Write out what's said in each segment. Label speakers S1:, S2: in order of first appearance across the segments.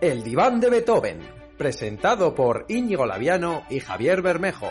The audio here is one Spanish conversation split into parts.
S1: El diván de Beethoven, presentado por Íñigo Laviano y Javier Bermejo.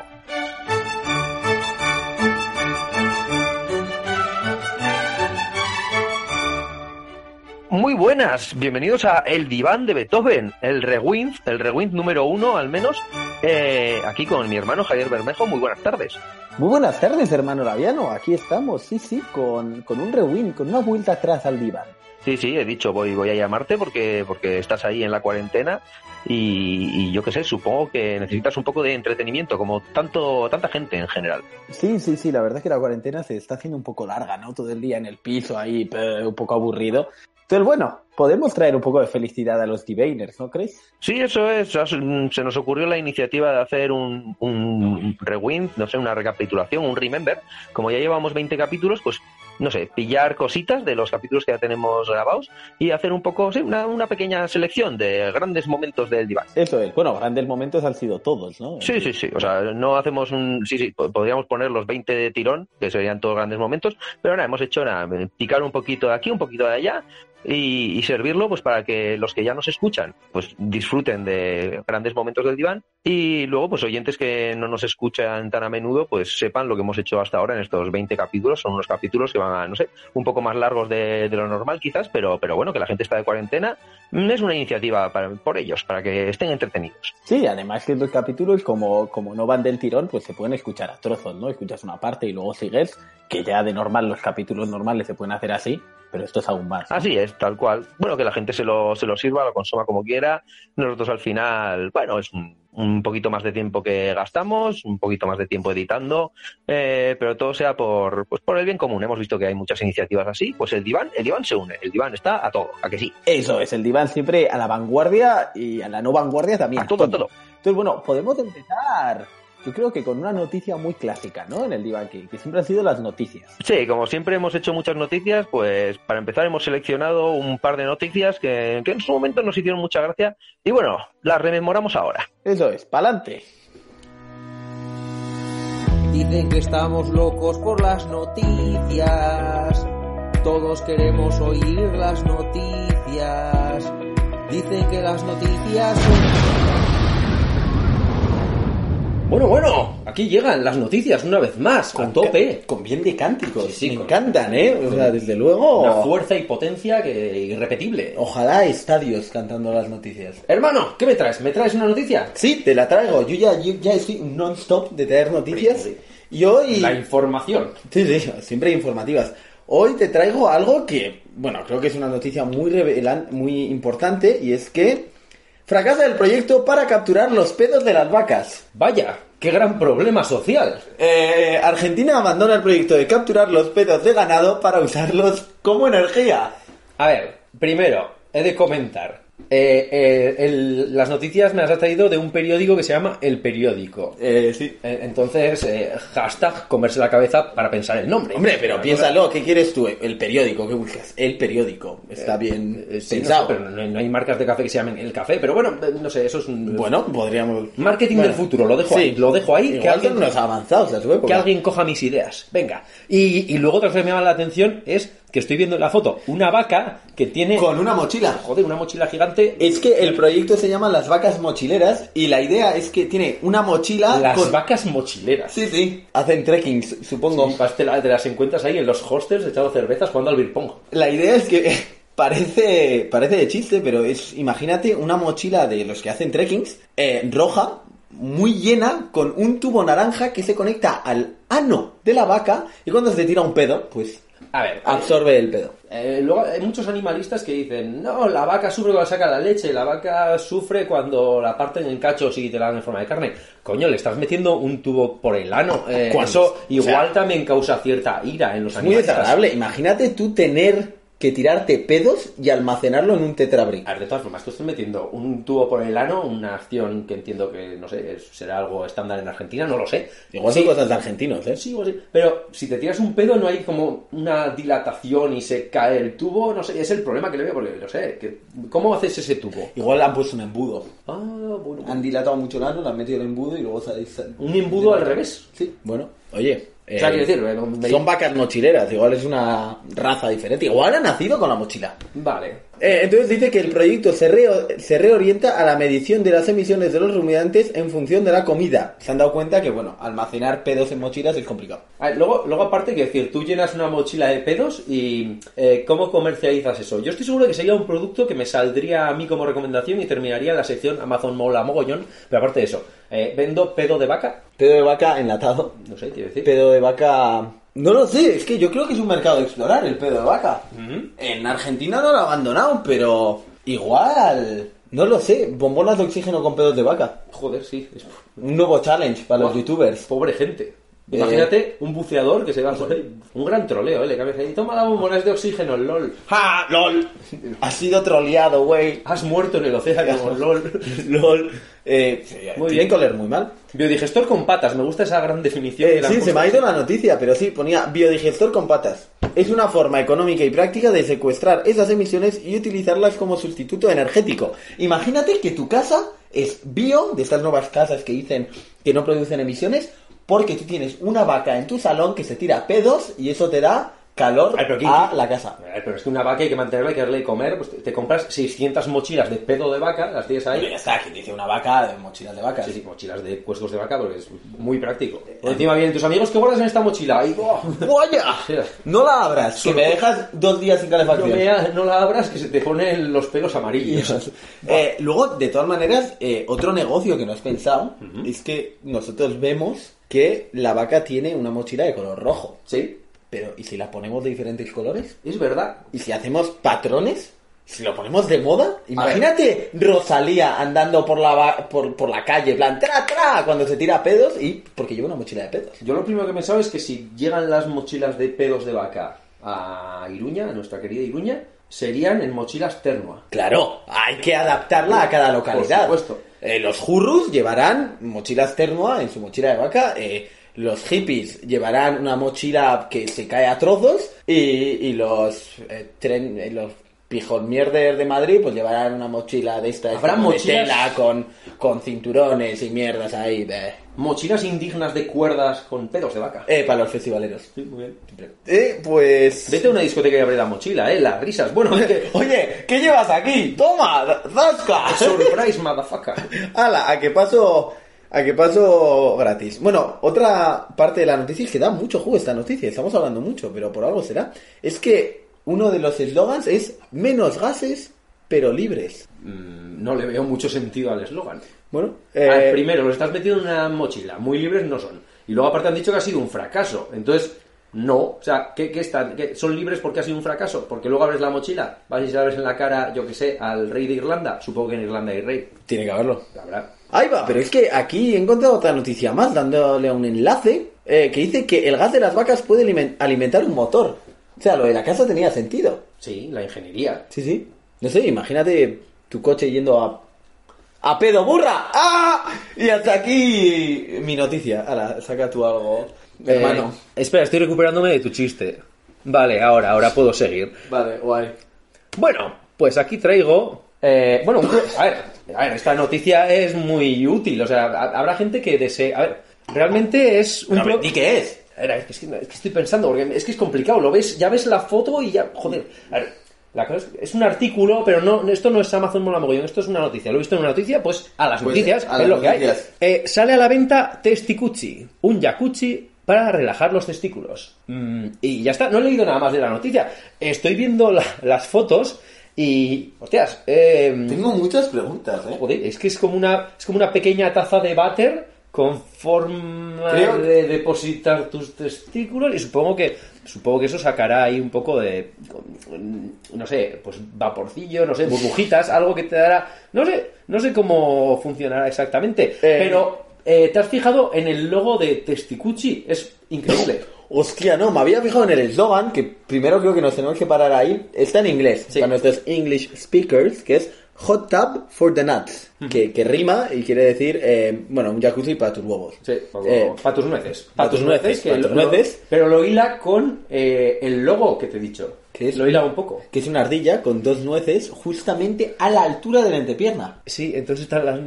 S2: Muy buenas, bienvenidos a El Diván de Beethoven, el rewind, el rewind número uno al menos, eh, aquí con mi hermano Javier Bermejo, muy buenas tardes.
S3: Muy buenas tardes, hermano Laviano, aquí estamos, sí, sí, con, con un rewind, con una vuelta atrás al diván.
S2: Sí, sí, he dicho, voy, voy a llamarte porque, porque estás ahí en la cuarentena y, y yo qué sé, supongo que necesitas un poco de entretenimiento, como tanto, tanta gente en general.
S3: Sí, sí, sí, la verdad es que la cuarentena se está haciendo un poco larga, ¿no? Todo el día en el piso ahí, eh, un poco aburrido. Entonces, bueno, podemos traer un poco de felicidad a los Divaners, ¿no crees?
S2: Sí, eso es. Se nos ocurrió la iniciativa de hacer un, un rewind, no sé, una recapitulación, un remember. Como ya llevamos 20 capítulos, pues, no sé, pillar cositas de los capítulos que ya tenemos grabados y hacer un poco, sí, una, una pequeña selección de grandes momentos del diván.
S3: Eso es. Bueno, grandes momentos han sido todos, ¿no?
S2: Sí, sí, sí. O sea, no hacemos un. Sí, sí, podríamos poner los 20 de tirón, que serían todos grandes momentos, pero ahora hemos hecho nada, picar un poquito de aquí, un poquito de allá, y, y, servirlo pues para que los que ya nos escuchan pues disfruten de grandes momentos del diván y luego pues oyentes que no nos escuchan tan a menudo pues sepan lo que hemos hecho hasta ahora en estos 20 capítulos son unos capítulos que van a no sé un poco más largos de, de lo normal quizás pero pero bueno que la gente está de cuarentena es una iniciativa para, por ellos para que estén entretenidos
S3: sí además que los capítulos como como no van del tirón pues se pueden escuchar a trozos no escuchas una parte y luego sigues que ya de normal los capítulos normales se pueden hacer así pero esto es aún más
S2: ¿no? así es tal cual. Bueno, que la gente se lo, se lo sirva, lo consuma como quiera. Nosotros al final, bueno, es un, un poquito más de tiempo que gastamos, un poquito más de tiempo editando, eh, pero todo sea por, pues por el bien común. Hemos visto que hay muchas iniciativas así, pues el diván, el diván se une, el diván está a todo, a que sí.
S3: Eso es, el diván siempre a la vanguardia y a la no vanguardia también.
S2: A todo, a todo.
S3: Entonces, bueno, podemos empezar yo creo que con una noticia muy clásica, ¿no? En el diván que, que siempre han sido las noticias.
S2: Sí, como siempre hemos hecho muchas noticias, pues para empezar hemos seleccionado un par de noticias que, que en su momento nos hicieron mucha gracia y bueno, las rememoramos ahora.
S3: Eso es, pa'lante.
S4: Dicen que estamos locos por las noticias. Todos queremos oír las noticias. Dicen que las noticias son...
S5: Bueno, bueno, aquí llegan las noticias una vez más, con, con tope.
S3: Con bien de cánticos.
S5: Sí, sí,
S3: Me
S5: con-
S3: encantan, ¿eh? O sea, desde luego.
S5: Una fuerza y potencia que irrepetible.
S3: Ojalá estadios cantando las noticias.
S5: Hermano, ¿qué me traes? ¿Me traes una noticia?
S3: Sí, te la traigo. Yo ya, yo ya estoy non-stop de traer noticias. Y hoy.
S5: La información.
S3: Sí, sí, siempre informativas. Hoy te traigo algo que, bueno, creo que es una noticia muy revelan- muy importante y es que fracasa el proyecto para capturar los pedos de las vacas.
S5: Vaya, qué gran problema social.
S3: Eh, Argentina abandona el proyecto de capturar los pedos de ganado para usarlos como energía.
S5: A ver, primero, he de comentar. Eh, eh, el- las noticias me las has traído de un periódico que se llama El Periódico.
S3: Eh, sí.
S5: Eh, Entonces, eh, hashtag comerse la cabeza para pensar el nombre.
S3: Hombre, pero piénsalo, ¿qué quieres tú? El periódico, ¿qué buscas? El periódico. Está bien
S5: Eh, sí, no sé,
S3: pensado.
S5: pero no, no hay marcas de café que se llamen el café, pero bueno, eh, no sé, eso es un...
S3: Bueno, podríamos...
S5: Marketing
S3: Bueno,
S5: del futuro, lo dejo
S3: sí.
S5: ahí, lo dejo ahí, que
S3: Igual
S5: alguien,
S3: son los avanzados de su época.
S5: que alguien coja mis ideas. Venga. Y, y luego otra cosa que me llama la atención es que estoy viendo en la foto una vaca que tiene,
S3: Con una mochila.
S5: joder, una mochila gigante.
S3: Es que el proyecto se llama Las Vacas Mochileras y la idea es que tiene una mochila
S5: Las
S3: Ah, con...
S5: vacas mochileras.
S3: Sí, sí. Hacen trekking, su- supongo.
S5: Y vas- te la- te las encuentras ahí en los hostels echando cervezas jugando al beer pong.
S3: La idea es que parece, parece de chiste, pero es, imagínate una mochila de los que hacen trekkings, eh, roja, muy llena, con un tubo naranja que se conecta al ano de la vaca y cuando se tira un pedo, pues
S5: A ver,
S3: absorbe el pedo.
S5: Eh, luego hay muchos animalistas que dicen, no, la vaca sufre cuando saca la leche, la vaca sufre cuando la parten en cachos y te la dan en forma de carne. Coño, le estás metiendo un tubo por el ano. Eh,
S3: ¿Cuándo?
S5: eso
S3: O sea,
S5: igual también causa cierta ira en los
S3: Muy
S5: animalistas.
S3: desagradable. Imagínate tú tener que tirarte pedos y almacenarlo en un tetrabric.
S5: A ver, de todas formas, tú estás metiendo un tubo por el ano, una acción que entiendo que, no sé, es- será algo estándar en Argentina, no lo sé.
S3: Igual son cosas de argentinos, ¿eh?
S5: Sí, o sí. Pero si te tiras un pedo, no hay como una dilatación y se cae el tubo, no sé, es el problema que le veo, porque, no sé, que, ¿cómo haces ese tubo?
S3: Igual han puesto un embudo.
S5: Ah, bueno.
S3: Han dilatado mucho el ano, le han metido el embudo y luego sale- sale-
S5: Un embudo al revés.
S3: Sí, bueno, oye.
S5: O sea,
S3: eh,
S5: quiero decir, eh, me-
S3: Son vacas mochileras, igual es una raza diferente. Igual ha nacido con la mochila.
S5: Vale.
S3: Eh, entonces dice que el proyecto se, reo- se reorienta a la medición de las emisiones de los rumiantes en función de la comida. Se han dado cuenta que, bueno, almacenar pedos en mochilas es complicado.
S5: Ah, Luego, luego aparte, que decir, tú llenas una mochila de pedos y eh, ¿cómo comercializas eso? Yo estoy seguro que sería un producto que me saldría a mí como recomendación y terminaría en la sección Amazon Mola Mogollón, pero aparte de eso, eh, ¿vendo pedo de vaca?
S3: Pedo de vaca enlatado.
S5: No sé, quiero decir.
S3: Pedo de vaca... No lo sé, es que yo creo que es un mercado de explorar el pedo de vaca. En Argentina no lo han abandonado, pero igual... No lo sé, bombonas de oxígeno con pedos de vaca.
S5: Joder, sí. es-
S3: Un nuevo challenge para los
S5: Guau.
S3: youtubers.
S5: Pobre gente.
S3: Eh,
S5: Imagínate un buceador que se va por ahí. Un gran troleo, ¿eh? Le cabeza ahí. Toma la bombona, es de oxígeno, lol.
S3: ¡Ja! ¡Lol! Ha sido troleado, güey.
S5: Has muerto en el océano, Ah, lol.
S3: LOL. Eh, sí, tienen
S5: Muy bien.
S3: que oler muy mal.
S5: Biodigestor con patas, me gusta esa gran definición.
S3: Eh,
S5: que le han
S3: sí, se
S5: puesto.
S3: me ha ido la noticia, pero sí, ponía biodigestor con patas. Es una forma económica y práctica de secuestrar esas emisiones y utilizarlas como sustituto energético. Imagínate que tu casa es bio, de estas nuevas casas que dicen que no producen emisiones, porque tú tienes una vaca en tu salón que se tira pedos y eso te da calor
S5: Ay, pero aquí-
S3: a la casa.
S5: Ay, Eh, Pero es que una vaca hay que mantenerla, hay que darle de comer. Pues te, te compras 600 mochilas de pedo de vaca, las tienes
S3: Pero ya
S5: ahí.
S3: está, que dice una vaca de mochilas de vaca.
S5: Sí, sí, mochilas de cuescos de vaca, porque es muy práctico. Por encima vienen tus amigos, ¿qué guardas en esta mochila? Y, Eh, ¡buah!
S3: ¡Vaya! No la abras, que me dejas dos días sin
S5: no,
S3: calefacción.
S5: me- no la abras que se te ponen los pelos amarillos.
S3: Eh, luego, de todas maneras, eh, otro negocio que no has pensado es que nosotros vemos que la vaca tiene una mochila de color rojo.
S5: Sí,
S3: Pero, ¿y si la ponemos de diferentes colores?
S5: es verdad.
S3: ¿Y si hacemos patrones? ¿Si lo ponemos de moda? Imagínate Rosalía andando por la, va- por, por la calle, en plan, tra, tra, cuando se tira pedos y porque lleva una mochila de pedos.
S5: Yo lo primero que pensaba es que si llegan las mochilas de pedos de vaca a Iruña, a nuestra querida Iruña, serían en mochilas ternua.
S3: Claro, hay que adaptarla a cada localidad.
S5: Por supuesto.
S3: Eh, los jurrus llevarán mochilas ternua en su mochila de vaca. eh, los hippies llevarán una mochila que se cae a trozos. Y, y los eh, tren, eh, los pijón mierder de Madrid pues llevarán una mochila de estas
S5: Habrá
S3: como de
S5: mochilas-
S3: tela con, con cinturones y mierdas ahí. bleh.
S5: Mochilas indignas de cuerdas con pedos de vaca.
S3: Eh, para los festivaleros.
S5: Sí, muy bien.
S3: Eh, pues...
S5: Vete a una discoteca y abre la mochila, eh, las risas. Bueno, es que...
S3: Oye, ¿qué llevas aquí? ¡Toma! ¡Zasca!
S5: Surprise, motherfucker.
S3: Ala, a que paso. A que paso gratis. Bueno, otra parte de la noticia es que da mucho jugo esta noticia. Estamos hablando mucho, pero por algo será. Es que uno de los eslogans es menos gases, pero libres.
S5: Mm, No le veo mucho sentido al eslogan.
S3: Bueno,
S5: Al
S3: eh,
S5: primero, los estás metido en una mochila, muy libres no son. Y luego aparte han dicho que ha sido un fracaso. Entonces, no. O sea, ¿qué, qué están? ¿Qué- ¿Son libres porque ha sido un fracaso? Porque luego abres la mochila, vas y se la abres en la cara, yo que sé, al rey de Irlanda. Supongo que en Irlanda hay rey.
S3: tiene que haberlo.
S5: Habrá.
S3: Ahí va, pero es que aquí he encontrado otra noticia más, dándole un enlace, eh, que dice que el gas de las vacas puede alimen- alimentar un motor. O sea, lo de la casa tenía sentido.
S5: Sí, la ingeniería.
S3: Sí, sí. No sé, imagínate tu coche yendo a. ¡A pedo, burra! ¡Ah! Y hasta aquí mi noticia. Ahora, saca tú algo, hermano.
S5: Eh, espera, estoy recuperándome de tu chiste. Vale, ahora, ahora puedo seguir.
S3: Vale, guay.
S5: Bueno, pues aquí traigo. eh, bueno, un pro- a ver, a ver, esta noticia es muy útil. O sea, ha- habrá gente que desee. A ver, realmente es un. pro-
S3: ¿Y qué es?
S5: A ver, es, que, es que estoy pensando, porque es que es complicado. Lo ves, ya ves la foto y ya. Joder. A ver, la cosa es, es un artículo, pero no, esto no es Amazon Mola Mogollón, esto es una noticia. Lo he visto en una noticia, pues a las
S3: Pues,
S5: noticias,
S3: a
S5: es
S3: las
S5: lo que hay.
S3: noticias.
S5: Eh, sale a la venta Testicuchi, un yakuchi para relajar los testículos. Mm, y ya está, no he leído nada más de la noticia. Estoy viendo la- las fotos y. Hostias, eh,
S3: Tengo muchas preguntas, ¿eh?
S5: Joder, es que es como una, es como una pequeña taza de váter con forma
S3: Creo-
S5: de depositar tus testículos y supongo que supongo que eso sacará ahí un poco de no sé, pues vaporcillo, no sé, burbujitas, algo que te dará, no sé, no sé cómo funcionará exactamente,
S3: Eh.
S5: pero eh, ¿te has fijado en el logo de Testicuchi? Es increíble.
S3: Hostia, no, me había fijado en el eslogan, que primero creo que nos tenemos que parar ahí. Está en inglés,
S5: Sí.
S3: para nuestros English speakers, que es Hot Tub for the Nuts, que, que rima y quiere decir, eh, bueno, un jacuzzi para tus huevos.
S5: Sí, para
S3: Eh,
S5: tus nueces.
S3: pa'
S5: Para
S3: tus
S5: tus
S3: nueces,
S5: nueces, que
S3: pa' tus
S5: lo- lo-
S3: nueces.
S5: pero lo hila con eh, el logo que te he dicho.
S3: ¿Qué es?
S5: Lo hila un poco.
S3: que es una ardilla con dos nueces justamente a la altura de la entrepierna.
S5: Sí, entonces está la,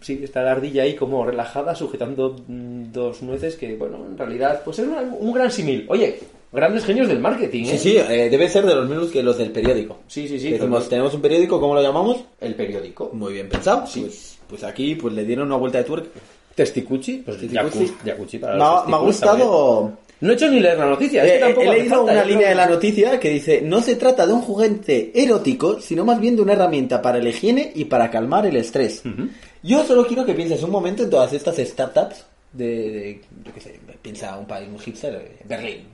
S5: sí, está la ardilla ahí como relajada, sujetando mm, dos nueces que, bueno, en realidad, pues es una- un gran simil. Oye, Grandes genios del marketing,
S3: Sí,
S5: ¿eh?
S3: sí, eh, debe ser de los mismos que los del periódico.
S5: sí, sí. sí,
S3: Decimos, tenemos un periódico, ¿cómo lo llamamos?
S5: El periódico.
S3: Muy bien pensado. Pues, pues aquí pues le dieron una vuelta de tuerca.
S5: Testicuchi. Pues
S3: Testicuchi.
S5: yacu- yacuchi para
S3: Me
S5: los
S3: ha, me ha
S5: testículos también.
S3: gustado.
S5: No he hecho ni leer la noticia. es que
S3: Eh,
S5: tampoco
S3: he
S5: hace
S3: leído
S5: falta,
S3: una
S5: yo
S3: línea
S5: creo
S3: de la
S5: que-
S3: noticia que dice: No se trata de un juguete erótico, sino más bien de una herramienta para la higiene y para calmar el estrés. Yo solo quiero que pienses un momento en todas estas startups de, de- yo qué sé, piensa un país muy hipster, eh, Berlín,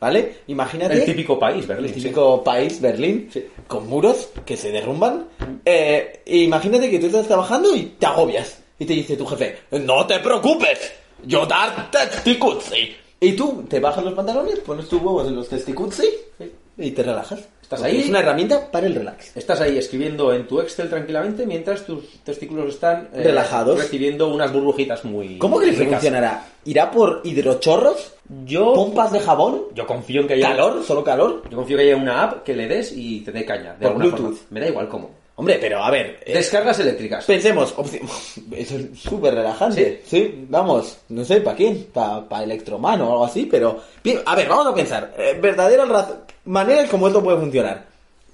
S3: ¿vale? Imagínate
S5: El típico país, Berlín.
S3: el típico país, Berlín,
S5: Sí.
S3: con muros que se derrumban. Eh, imagínate que tú estás trabajando y te agobias. Y te dice tu jefe, no te preocupes, yo dar testicuzzi. Y tú te bajas los pantalones, pones tus huevos en los testicuzzi
S5: Sí.
S3: y te relajas.
S5: Estás
S3: Porque
S5: ahí.
S3: Es una herramienta para el relax.
S5: Estás ahí escribiendo en tu Excel tranquilamente mientras tus testículos están eh,
S3: Relajados.
S5: recibiendo unas burbujitas muy.
S3: ¿Cómo que le
S5: muy ricas.
S3: funcionará? ¿Irá por hidrochorros?
S5: Yo.
S3: ¿Pompas de jabón?
S5: Yo confío en que haya.
S3: ¿Calor? ¿Solo calor?
S5: Yo confío que haya una app que le des y te dé caña. De
S3: Por
S5: alguna
S3: Bluetooth.
S5: forma. Me da igual cómo.
S3: Hombre, pero a ver, eh,
S5: Descargas eléctricas.
S3: Pensemos, opci- eso es súper relajante. Sí. vamos, no sé, ¿para quién? ¿Para Electromano o algo así? Pero, pi- a ver, vamos a pensar. eh, verdaderas raz- maneras como esto puede funcionar.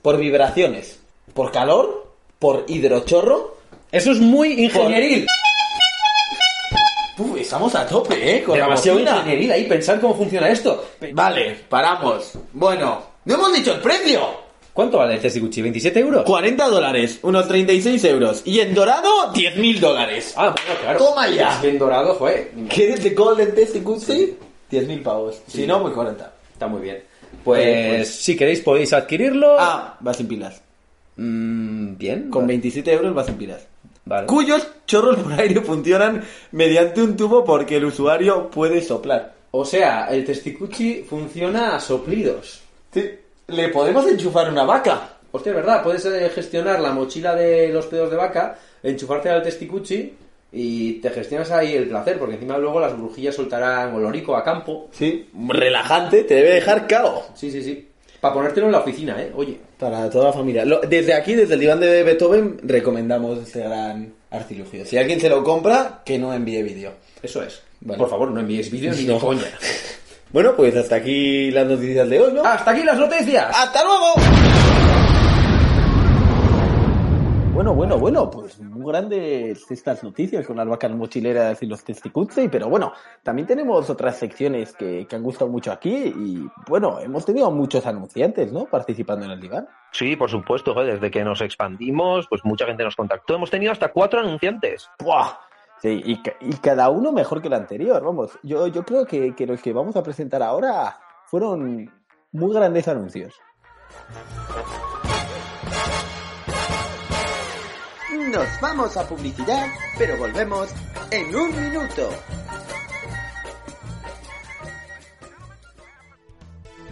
S3: Por vibraciones, por calor, por hidrochorro.
S5: Eso es muy ingenieril.
S3: Uf, estamos a tope, ¿eh? Con la
S5: Demasiado
S3: cocina.
S5: ingenieril ahí. Pensar cómo funciona esto.
S3: Vale, paramos. Bueno, no hemos dicho el precio.
S5: ¿Cuánto vale el Testiguchi? ¿27 euros?
S3: 40 dólares, unos 36 euros. Y en dorado, 10.000 dólares.
S5: Ah, bueno, claro.
S3: Toma ya.
S5: Es bien dorado, joder.
S3: ¿Quieres
S5: este
S3: de Golden Testicuzzi? 10.000 pavos. Si no, pues 40.
S5: Está muy bien.
S3: Oye,
S5: Pues
S3: pues-
S5: si queréis podéis adquirirlo.
S3: Ah, va sin pilas.
S5: Mm, bien.
S3: Con
S5: vale.
S3: 27 euros va sin pilas.
S5: Vale.
S3: Cuyos chorros por aire funcionan mediante un tubo porque el usuario puede soplar.
S5: O sea, el testicuchi funciona a soplidos.
S3: Sí. ¿Le podemos enchufar una vaca?
S5: Hostia, es verdad, puedes eh, gestionar la mochila de los pedos de vaca, enchufarte al testicuchi y te gestionas ahí el placer, porque encima luego las brujillas soltarán olorico a campo.
S3: Sí. Relajante, te debe dejar cao.
S5: Sí, sí, sí. Para ponértelo en la oficina, ¿eh? Oye.
S3: Para toda la familia. Lo- desde aquí, desde el diván de Beethoven, recomendamos este gran artilugio. Si alguien se lo compra, que no envíe vídeo.
S5: Eso es.
S3: Vale.
S5: Por favor, no envíes vídeos ni de
S3: No.
S5: coña.
S3: Bueno, pues hasta aquí las noticias de hoy, ¿no?
S5: ¡Hasta aquí las noticias!
S6: Ah,
S3: ¡Hasta luego! Bueno, bueno, bueno, pues muy grandes estas noticias con las vacas mochileras y los testicuzzi, pero bueno, también tenemos otras secciones que, que han gustado mucho aquí y bueno, hemos tenido muchos anunciantes, ¿no? Participando en el diván.
S2: Sí, por supuesto, joder, desde que nos expandimos, pues mucha gente nos contactó. Hemos tenido hasta cuatro anunciantes.
S3: ¡Buah! Sí, y, ca- y cada uno mejor que el anterior, vamos. Yo, yo creo que, que los que vamos a presentar ahora fueron muy grandes anuncios. Nos vamos a publicidad, pero volvemos en un minuto.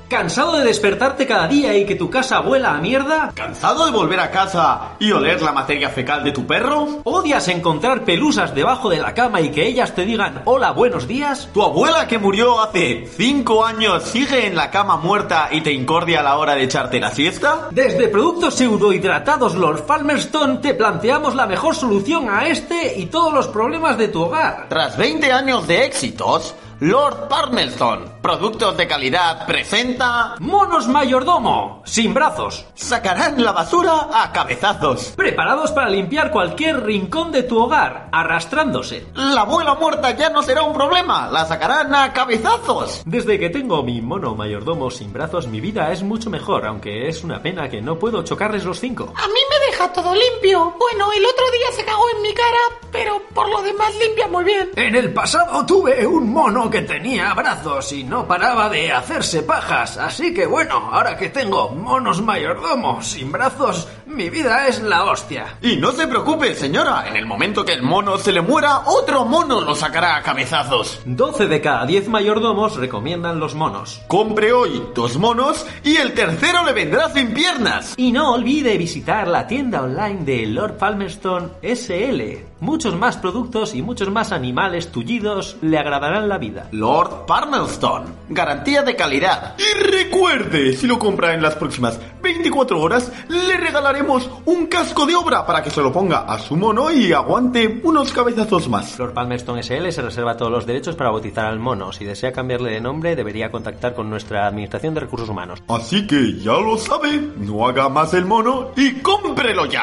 S6: ¿Cansado de despertarte cada día y que tu casa vuela a mierda?
S7: ¿Cansado de volver a casa y oler la materia fecal de tu perro?
S6: ¿Odias encontrar pelusas debajo de la cama y que ellas te digan hola, buenos días?
S7: ¿Tu abuela que murió hace 5 años sigue en la cama muerta y te incordia a la hora de echarte la siesta?
S6: Desde Productos Pseudohidratados Lord Palmerston te planteamos la mejor solución a este y todos los problemas de tu hogar.
S7: Tras 20 años de éxitos, Lord Palmerston, productos de calidad, presenta...
S6: Monos mayordomo, sin brazos,
S7: Sacarán la basura a cabezazos.
S6: preparados para limpiar cualquier rincón de tu hogar, arrastrándose.
S7: La abuela muerta ya no será un problema, la sacarán a cabezazos.
S6: Desde que tengo mi mono mayordomo sin brazos, mi vida es mucho mejor, aunque es una pena que no puedo chocarles los cinco.
S8: A mí me deja todo limpio. Bueno, el otro día se cagó en mi cara, pero por lo demás limpia muy bien.
S6: En el pasado tuve un mono que tenía brazos y no paraba de hacerse pajas, así que bueno, ahora que tengo monos mayordomos sin brazos, mi vida es la hostia.
S7: Y no se preocupe, señora, en el momento que el mono se le muera, otro mono lo sacará a cabezazos.
S6: 12 de cada 10 mayordomos recomiendan los monos.
S7: Compre hoy dos monos y el tercero le vendrá sin piernas.
S6: Y no olvide visitar la tienda online de Lord Palmerston SL. Muchos más productos y muchos más animales tullidos le agradarán la vida.
S7: Lord Palmerston, garantía de calidad. Y recuerde, si lo compra en las próximas 24 horas, le regalaremos un casco de obra para que se lo ponga a su mono y aguante unos cabezazos más.
S5: Flor Palmerston SL se reserva todos los derechos para bautizar al mono. Si desea cambiarle de nombre, debería contactar con nuestra Administración de Recursos Humanos.
S7: Así que ya lo sabe, no haga más el mono y cómprelo ya.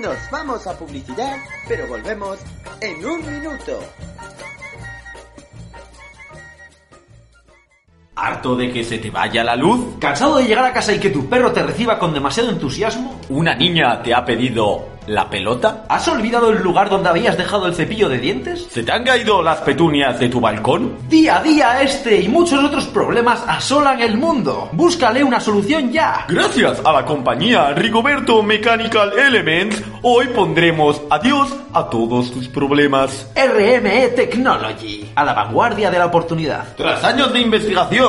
S4: Nos vamos a publicidad, pero volvemos en un minuto.
S7: ¿Harto de que se te vaya la luz?
S9: ¿Cansado de llegar a casa y que tu perro te reciba con demasiado entusiasmo?
S7: ¿Una niña te ha pedido la pelota?
S9: ¿Has olvidado el lugar donde habías dejado el cepillo de dientes?
S7: ¿Se te han caído las petunias de tu balcón?
S9: Día a día este y muchos otros problemas asolan el mundo. Búscale una solución ya.
S7: Gracias a la compañía Rigoberto Mechanical Elements, hoy pondremos adiós a todos tus problemas.
S9: RME E Technology, a la vanguardia de la oportunidad.
S7: Tras años de investigación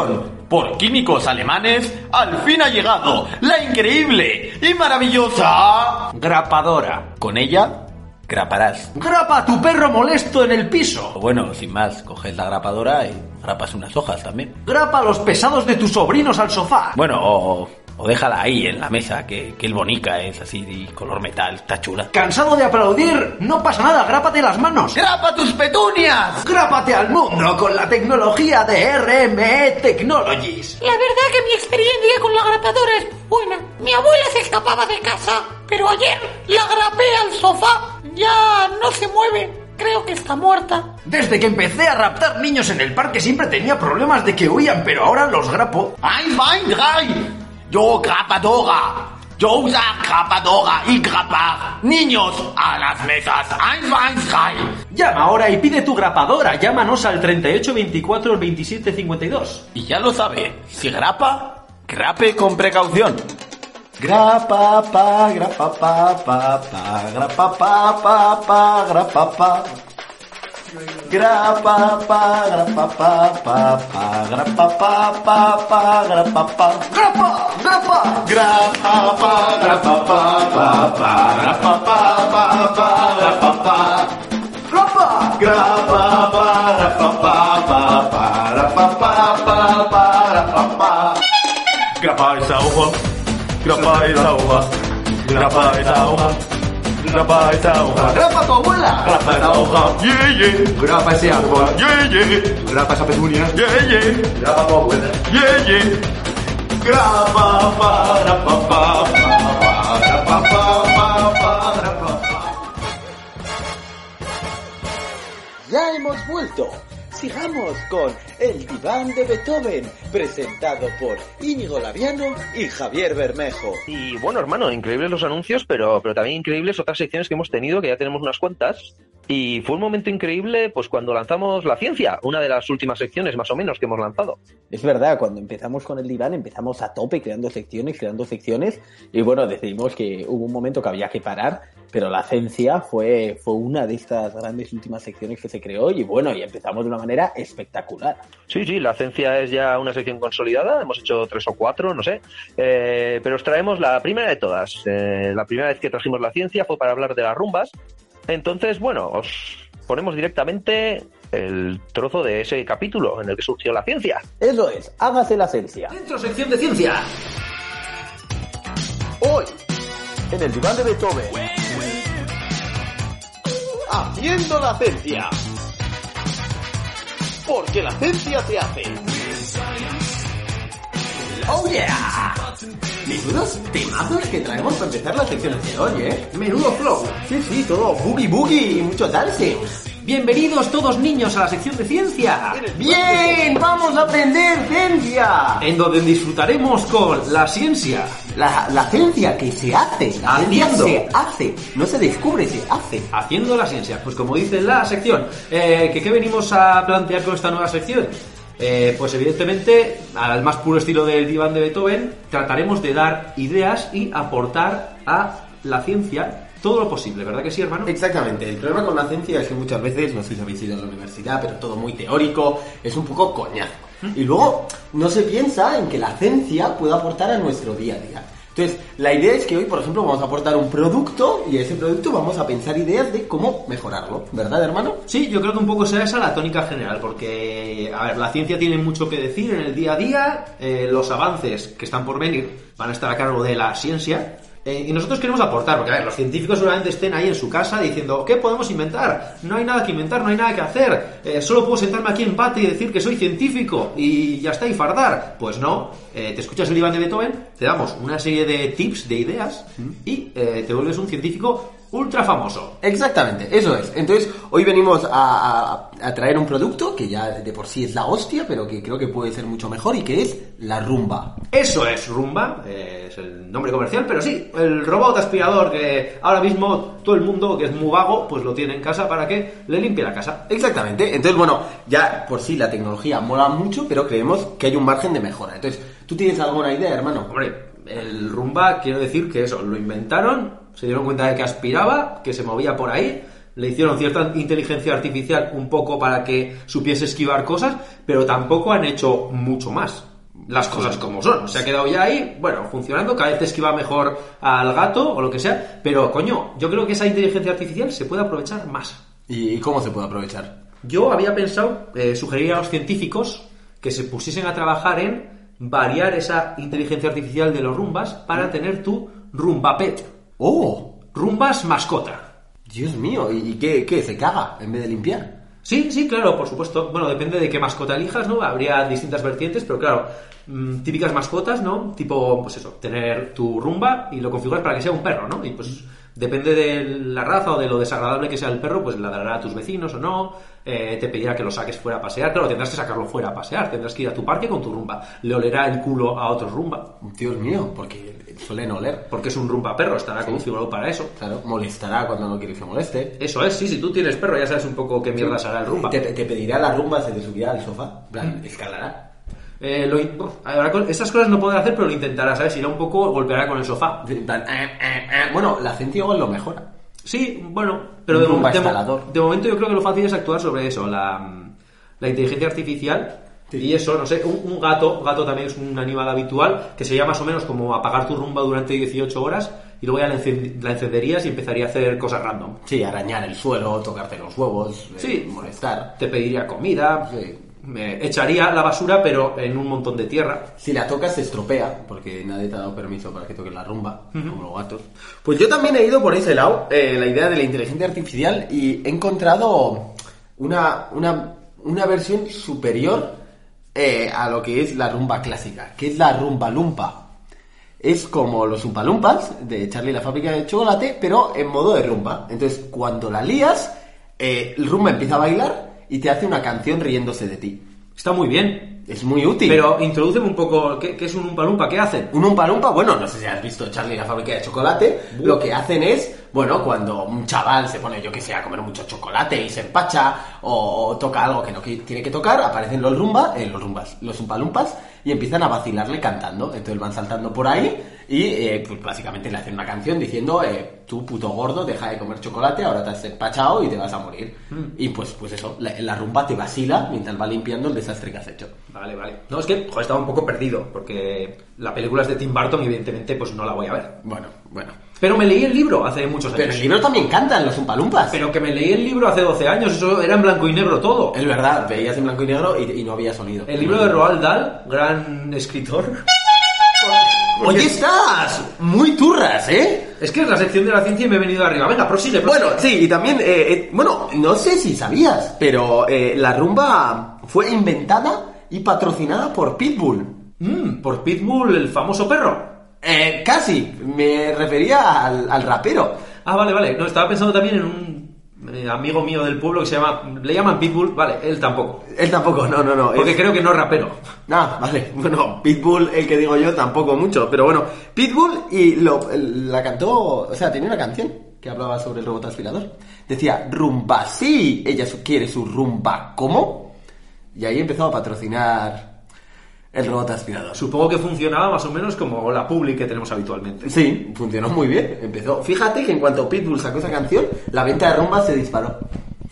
S7: por químicos alemanes, al fin ha llegado la increíble y maravillosa
S9: Grapadora.
S7: Con ella, graparás.
S9: Grapa a tu perro molesto en el piso.
S7: Bueno, sin más, coges la grapadora y grapas unas hojas también.
S9: Grapa a los pesados de tus sobrinos al sofá.
S7: Bueno, o, o déjala ahí en la mesa, que, que el bonica es así de color metal, está chula.
S9: ¿Cansado de aplaudir? No pasa nada, grápate las manos.
S7: ¡Grapa tus petunias!
S9: Grápate al mundo con la tecnología de RME Technologies.
S8: La verdad que mi experiencia con la grapadora es buena. Mi abuela se escapaba de casa, pero ayer la grapé al sofá. Ya no se mueve. Creo que está muerta.
S9: Desde que empecé a raptar niños en el parque siempre tenía problemas de que huían, pero ahora los grapo.
S7: ¡Ein, fein, rein! Yo grapadora. Yo usa grapadora y grapar niños a las mesas. Ein, fein, rein!
S5: Llama ahora y pide tu grapadora. Llámanos al 38 24 27 52.
S7: Y ya lo sabe, si grapa, grape con precaución. Grapa pa, grapa pa pa pa, grapa pa pa pa, grapa pa. Grapa pa, grapa pa pa pa, grapa pa pa pa, grapa pa.
S9: ¡Grapa! ¡Grapa!
S7: Grapa pa, grapa pa pa pa, grapa pa pa pa, grapa pa.
S9: ¡Grapa!
S7: Grapa pa, grapa pa pa pa, grapa pa pa pa, grapa pa. Grapa esa hoja, grapa esa hoja, grapa esa hoja, grapa esa hoja.
S10: ¡Grapa tu abuela!
S7: Grapa esa hoja, yeah, yeah.
S10: Grapa ese árbol,
S7: Yeah, yeah,
S10: grapa esa petunia,
S7: yeah, yeah,
S10: grapa tu abuela.
S7: yeah, yeah. Grapa, pa, grapa, pa, pa, pa, grapa, pa, pa, pa, grapa, pa.
S4: Ya hemos vuelto. Sigamos con El diván de Beethoven, presentado por Íñigo Laviano y Javier Bermejo.
S2: Y bueno, hermano, increíbles los anuncios, pero, pero también increíbles otras secciones que hemos tenido, que ya tenemos unas cuantas. Y fue un momento increíble, pues cuando lanzamos La Ciencia, una de las últimas secciones más o menos que hemos lanzado.
S3: Es verdad, cuando empezamos con el diván empezamos a tope creando secciones, creando secciones y bueno, decidimos que hubo un momento que había que parar, pero la ciencia fue, fue una de estas grandes últimas secciones que se creó y bueno, y empezamos de una manera espectacular.
S2: Sí, sí, La Ciencia es ya una sección consolidada, hemos hecho tres o cuatro, no sé. Eh, pero os traemos la primera de todas. Eh, la primera vez que trajimos La Ciencia fue para hablar de las rumbas. Entonces, bueno, os ponemos directamente el trozo de ese capítulo en el que surgió La Ciencia.
S3: Eso es, hágase la ciencia.
S9: Dentro sección de ciencia.
S4: Hoy, en el diván de Beethoven, haciendo la ciencia. Porque la ciencia te hace.
S10: ¡Oh yeah! Menudos temazos que traemos para empezar las secciones de hoy, ¿eh? Menudo flow. Sí, sí, todo boogie boogie y mucho dance.
S5: Bienvenidos todos niños a la sección de ciencia.
S10: ¡Bien! ¡Vamos a aprender ciencia!
S5: En donde disfrutaremos con la ciencia.
S10: La, la ciencia que se hace, la
S5: Haciendo.
S10: ciencia se hace, no se descubre, se hace.
S5: Haciendo la ciencia, pues como dice la sección, eh, ¿que ¿qué venimos a plantear con esta nueva sección? Eh, pues evidentemente, al más puro estilo del diván de Beethoven, trataremos de dar ideas y aportar a la ciencia todo lo posible, ¿verdad que sí, hermano?
S10: Exactamente, el problema con la ciencia es que muchas veces, no sé si habéis ido a la universidad, pero todo muy teórico, es un poco coñazo. Y luego no se piensa en que la ciencia pueda aportar a nuestro día a día.
S3: Entonces, la idea es que hoy, por ejemplo, vamos a aportar un producto y a ese producto vamos a pensar ideas de cómo mejorarlo, ¿verdad, hermano?
S5: Sí, yo creo que un poco será esa la tónica general, porque, a ver, la ciencia tiene mucho que decir en el día a día, eh, los avances que están por venir van a estar a cargo de la ciencia, eh, y nosotros queremos aportar, porque, a ver, los científicos seguramente estén ahí en su casa diciendo, ¿qué podemos inventar? No hay nada que inventar, no hay nada que hacer, eh, solo puedo sentarme aquí en bate y decir que soy científico y ya está, y fardar. Pues no, eh, te escuchas el diván de Beethoven, te damos una serie de tips, de ideas, y eh, te vuelves un científico ultra famoso.
S3: Exactamente, eso es. Entonces, hoy venimos a, a- a traer un producto que ya de por sí es la hostia, pero que creo que puede ser mucho mejor y que es la rumba.
S5: Eso es Rumba, eh, es el nombre comercial, pero sí, el robot aspirador que ahora mismo todo el mundo que es muy vago, pues lo tiene en casa para que le limpie la casa.
S3: Exactamente. Entonces, bueno, ya por sí la tecnología mola mucho, pero creemos que hay un margen de mejora. Entonces, ¿tú tienes alguna idea, hermano?
S5: Hombre, el Rumba, quiero decir que eso, lo inventaron, se dieron cuenta de que aspiraba, que se movía por ahí, le hicieron cierta inteligencia artificial un poco para que supiese esquivar cosas, pero tampoco han hecho mucho más. Las cosas como son. Se ha quedado ya ahí, bueno, funcionando, cada vez te esquiva mejor al gato o lo que sea, pero coño, yo creo que esa inteligencia artificial se puede aprovechar más.
S3: ¿Y cómo se puede aprovechar?
S5: Yo había pensado eh, sugerir a los científicos que se pusiesen a trabajar en variar esa inteligencia artificial de los rumbas para tener tu rumba pet.
S3: ¡Oh!
S5: Rumbas mascota.
S3: Dios mío, ¿y qué, qué? ¿Se caga en vez de limpiar?
S5: Sí, sí, claro, por supuesto. Bueno, depende de qué mascota elijas, ¿no? Habría distintas vertientes, pero claro, mm, típicas mascotas, ¿no? Tipo, pues eso, tener tu rumba y lo configuras para que sea un perro, ¿no? Y pues depende de la raza o de lo desagradable que sea el perro, pues ladrará a tus vecinos o no, eh, te pedirá que lo saques fuera a pasear, claro, tendrás que sacarlo fuera a pasear, tendrás que ir a tu parque con tu rumba, le olerá el culo a otro rumba,
S3: Dios mío, porque suelen oler.
S5: porque es un rumba perro, estará configurado para eso.
S3: Claro, molestará cuando no quieres que moleste.
S5: Eso es, sí, si tú tienes perro ya sabes un poco qué mierda hará el rumba.
S3: Te, te pedirá la rumba, se te subirá al sofá. En plan, escalará.
S5: Eh, lo in- Uf, habrá co- estas cosas no podrá hacer, pero lo intentará, ¿sabes? Irá un poco, golpeará con el sofá.
S3: En plan, eh, eh, eh. Bueno, la gente igual lo mejora.
S5: Sí, bueno, pero de,
S3: Un rumba
S5: mo- de mo-
S3: instalador.
S5: de momento yo creo que lo fácil es actuar sobre eso, la, mm, la inteligencia artificial. Y eso, no sé, un, un gato, gato también es un animal habitual, que sería más o menos como apagar tu rumba durante 18 horas y luego ya la, encend- la encenderías y empezaría a hacer cosas random.
S3: Sí, arañar el suelo, tocarte los huevos, eh,
S5: Sí.
S3: molestar.
S5: Te pediría comida,
S3: Sí.
S5: me echaría la basura, pero en un montón de tierra.
S3: Si la tocas se estropea, porque nadie te ha dado permiso para que toques la rumba, como los gatos. Pues yo también he ido por ese lado, eh, la idea de la inteligencia artificial, y he encontrado una, una, una versión superior eh, a lo que es la rumba clásica, que es la rumba lumpa. Es como los umpalumpas de Charlie y la fábrica de chocolate, pero en modo de rumba. Entonces, cuando la lías, eh, el rumba empieza a bailar y te hace una canción riéndose de ti.
S5: Está muy bien,
S3: Es muy útil.
S5: Pero introduceme un poco, ¿qué, qué es un palumpa? ¿Qué hacen?
S3: Un Umpa Lumpa, bueno, no sé si has visto Charlie y la fábrica de chocolate, lo que hacen es, bueno, cuando un chaval se pone, yo que sé, a comer mucho chocolate y se empacha, o, o toca algo que no qui- tiene que tocar, aparecen los rumba, eh, los rumbas, los umpalumpas, y empiezan a vacilarle cantando. Entonces van saltando por ahí y eh, pues básicamente le hacen una canción diciendo, eh, tú puto gordo, deja de comer chocolate, ahora te has empachado y te vas a morir. Y pues, pues eso, la, la rumba te vacila mientras va limpiando el desastre que has hecho.
S5: Vale, vale. No, es que joder, estaba un poco perdido, porque la película es de Tim Burton y evidentemente pues no la voy a ver.
S3: Bueno, bueno.
S5: Pero me leí el libro hace muchos años.
S3: Pero el libro también cantan los umpalumpas.
S5: Pero que me leí el libro hace 12 años, eso era en blanco y negro todo.
S3: Es verdad, veías en blanco y negro y, y no había sonido.
S5: El libro de Roald Dahl, gran escritor.
S3: Oye, estás muy turras, ¿eh?
S5: Es que es la sección de la ciencia y me he venido arriba. Venga, prosigue. prosigue.
S3: Bueno, sí, y también, eh, eh, bueno, no sé si sabías, pero eh, la rumba fue inventada y patrocinada por Pitbull.
S5: Mm, por Pitbull, el famoso perro.
S3: Eh, casi, me refería al, al rapero.
S5: Ah, vale, vale. No, estaba pensando también en un eh, amigo mío del pueblo que se llama... Le llaman Pitbull. Vale, él tampoco.
S3: Él tampoco, no, no, no.
S5: Porque
S3: es-
S5: creo que no es rapero.
S3: Ah, vale. Bueno, Pitbull, el que digo yo, tampoco mucho. Pero bueno, Pitbull y lo, la cantó, o sea, tenía una canción que hablaba sobre el robot aspirador. Decía, rumba sí, ella su- quiere su rumba, ¿cómo? Y ahí empezó a patrocinar el robot aspirador.
S5: Supongo que funcionaba más o menos como la public que tenemos habitualmente.
S3: Sí, funcionó muy bien, empezó. Fíjate que en cuanto Pitbull sacó esa canción, la venta de rumba se disparó.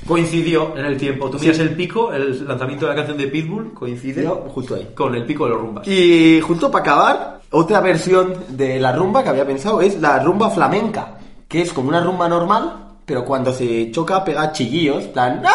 S5: coincidió en el tiempo. Tú miras el pico, el lanzamiento de la canción de Pitbull coincide
S3: Yo, justo ahí.
S5: con el pico de los rumbas.
S3: Y justo para acabar, otra versión de la rumba que había pensado es la rumba flamenca, que es como una rumba normal, pero cuando se choca pega chillillos, plan... ¡Ay,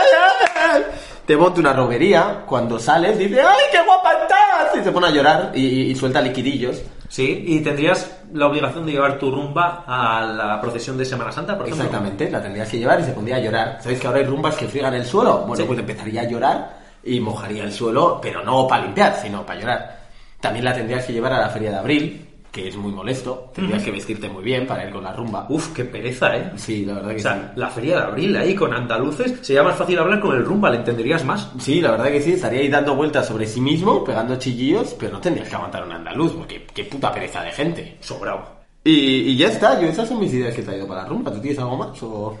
S3: ay, ay, ay! Te monta una roguería, cuando sales dice ¡Ay, qué guapa estás! Y se pone a llorar y, y suelta liquidillos.
S5: Sí, y tendrías la obligación de llevar tu rumba a la procesión de Semana Santa, por ejemplo.
S3: Exactamente, la tendrías que llevar y se pondría a llorar. ¿Sabéis que ahora hay rumbas que friegan el suelo? Bueno,
S5: Sí.
S3: pues empezaría a llorar y mojaría el suelo, pero no para limpiar, sino para llorar. También la tendrías que llevar a la feria de abril, que es muy molesto. Tendrías que vestirte muy bien para ir con la rumba.
S5: Uf, qué pereza, ¿eh?
S3: Sí, la verdad que
S5: O sea, la feria de abril ahí con andaluces, sería más fácil hablar con el rumba, le entenderías más.
S3: sí. Sí, la verdad que sí. Estaría ahí dando vueltas sobre sí mismo, pegando chillillos, pero no tendrías que aguantar un andaluz, porque qué puta pereza de gente.
S5: Sobrado.
S3: Y, y ya está, yo esas son mis ideas que he traído para la rumba. ¿Tú tienes algo más o...?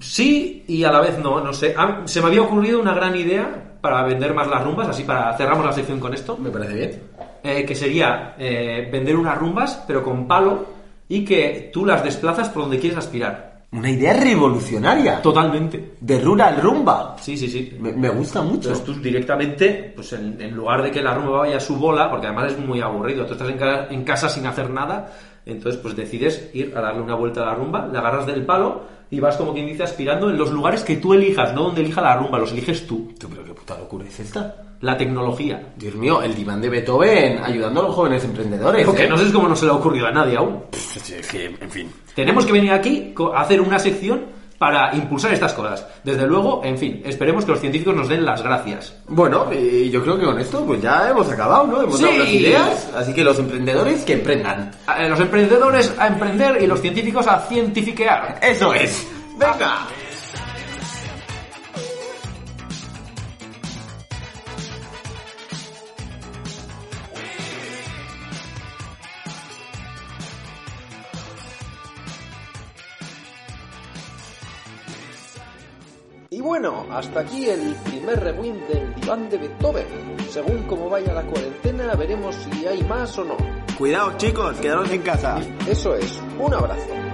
S5: Sí, y a la vez no, no sé. Ah, se me había ocurrido una gran idea para vender más las rumbas, así para cerramos la sección con esto.
S3: Me parece bien.
S5: Eh, que sería eh, vender unas rumbas, pero con palo, y que tú las desplazas por donde quieres aspirar.
S3: Una idea revolucionaria.
S5: Totalmente.
S3: De rural rumba.
S5: Sí, sí, sí.
S3: Me, me gusta mucho.
S5: Entonces tú directamente, pues en, en lugar de que la rumba vaya a su bola, porque además es muy aburrido, tú estás en, ca- en casa sin hacer nada, entonces pues decides ir a darle una vuelta a la rumba, la agarras del palo y vas como quien dice aspirando en los lugares que tú elijas, no donde elija la rumba, los eliges tú.
S3: Tú, pero qué puta locura es esta.
S5: La tecnología.
S3: Dios mío, el diván de Beethoven ayudando a los jóvenes emprendedores.
S5: Porque
S3: ¿eh?
S5: no sé cómo no se le ha ocurrido a nadie aún.
S3: Pff, es que, en fin.
S5: Tenemos que venir aquí co- a hacer una sección para impulsar estas cosas. Desde luego, en fin, esperemos que los científicos nos den las gracias.
S3: Bueno, y yo creo que con esto pues ya hemos acabado, ¿no? Hemos
S5: Sí.
S3: dado las ideas. Así que los emprendedores que emprendan.
S5: A- eh, Los emprendedores a emprender y los científicos a cientifiquear.
S3: Eso es. Venga.
S11: Y bueno, hasta aquí el primer rewind del diván de Beethoven. Según como vaya la cuarentena, veremos si hay más o no.
S3: Cuidado chicos, quedaros en casa.
S11: Eso es, un abrazo.